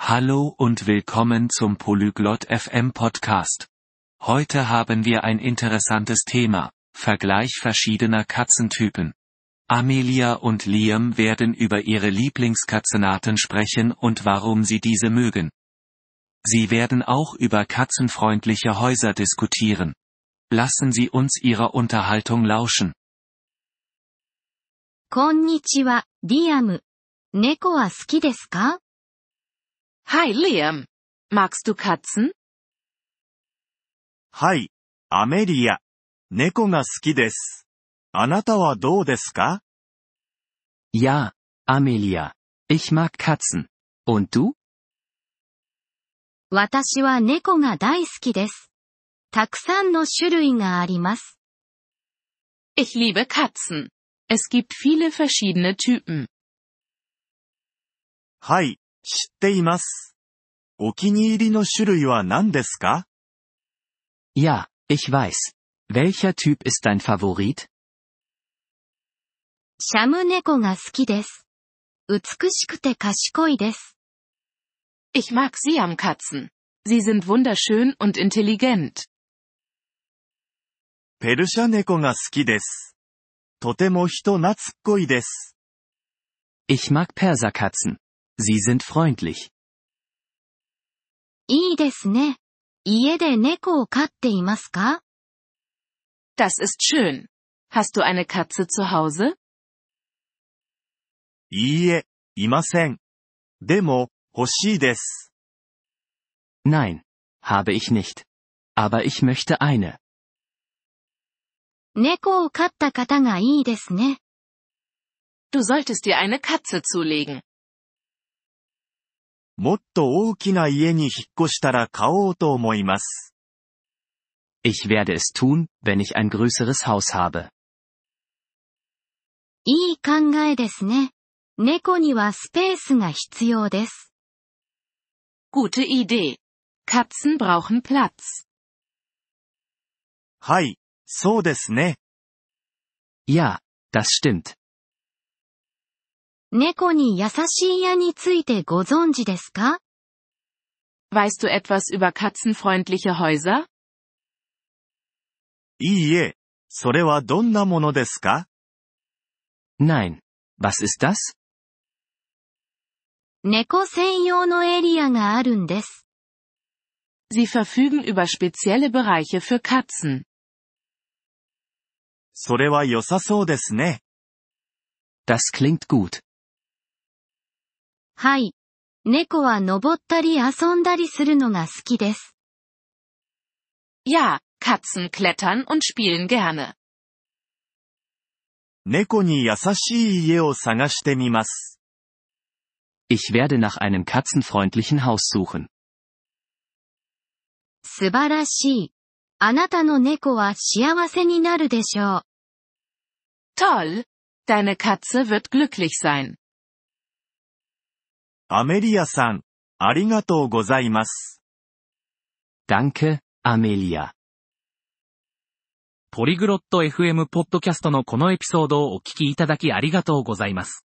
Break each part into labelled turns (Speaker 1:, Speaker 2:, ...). Speaker 1: Hallo und willkommen zum Polyglot FM Podcast. Heute haben wir ein interessantes Thema, Vergleich verschiedener Katzentypen. Amelia und Liam werden über ihre Lieblingskatzenarten sprechen und warum sie diese mögen. Sie werden auch über katzenfreundliche Häuser diskutieren. Lassen Sie uns Ihrer Unterhaltung lauschen.
Speaker 2: こんにちは、ディアム。猫は好きですか
Speaker 3: Hi Liam. Magst du Katzen?
Speaker 4: はい、アメリア。猫が好きです。あなたはどうですか
Speaker 1: Ja, Amelia. Ich mag Katzen. Und du?
Speaker 2: 私は猫が大好きです。たくさんの種類があります。
Speaker 3: Ich liebe Katzen. Es gibt viele verschiedene Typen.
Speaker 4: はい、知っています。お気に入りの種類は何ですか
Speaker 1: Ja, ich weiß. Welcher Typ ist dein Favorit?
Speaker 2: シャム猫が好きです。美しくて賢いです。
Speaker 3: Ich mag Siamkatzen. Sie sind wunderschön und intelligent.
Speaker 4: ペルシャ猫が好きです。とても人懐っこいです。
Speaker 1: Ich mag Perserkatzen. Sie sind freundlich.
Speaker 2: いいですね。家で猫を飼っていますか
Speaker 3: Das ist schön. Hast du eine Katze zu Hause?
Speaker 4: いいえ、いません。でも、欲しいです。
Speaker 1: Nein, habe ich nicht. Aber ich möchte eine.
Speaker 2: 猫を飼った方がいいですね。
Speaker 3: Du solltest dir eine Katze zulegen.
Speaker 4: もっと大きな家に引っ越したら買おうと思います。
Speaker 1: Ich werde es tun, wenn ich ein größeres Haus habe.
Speaker 2: いい考えですね。猫にはスペースが必要です。
Speaker 3: Gute Idee. Katzen brauchen Platz.
Speaker 4: はい、そうですね。
Speaker 1: Ja, das stimmt.
Speaker 2: 猫に優しい家についてご存知ですか
Speaker 3: Weißt du etwas über katzenfreundliche Häuser?
Speaker 4: いいえ、それはどんなものですか
Speaker 1: Nein. Was ist das?
Speaker 2: 猫専用のエリアがあるんです。
Speaker 3: Sie verfügen über spezielle Bereiche für Katzen.
Speaker 4: それは良さそうですね。
Speaker 1: Das klingt gut.
Speaker 2: はい。猫は登ったり遊んだりするのが好きです。
Speaker 3: Ja, Katzen klettern und spielen gerne.
Speaker 4: 猫に優しい家を探してみます。
Speaker 1: Ich werde nach einem katzenfreundlichen Haus suchen.
Speaker 2: 素晴らしい。あなたの猫は幸せになるでしょう。
Speaker 3: Toll. Deine Katze wird glücklich sein.
Speaker 4: アメリアさん、ありがとうございます。
Speaker 1: Danke, Amelia.
Speaker 5: ポリグロット FM ポッドキャストのこのエピソードをお聞きいただきありがとうございます。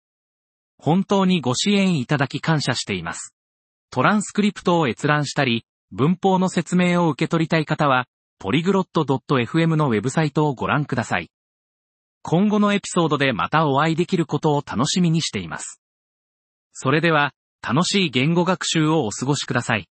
Speaker 5: 本当にご支援いただき感謝しています。トランスクリプトを閲覧したり、文法の説明を受け取りたい方は、ポリグロット .fm のウェブサイトをご覧ください。今後のエピソードでまたお会いできることを楽しみにしています。それでは、楽しい言語学習をお過ごしください。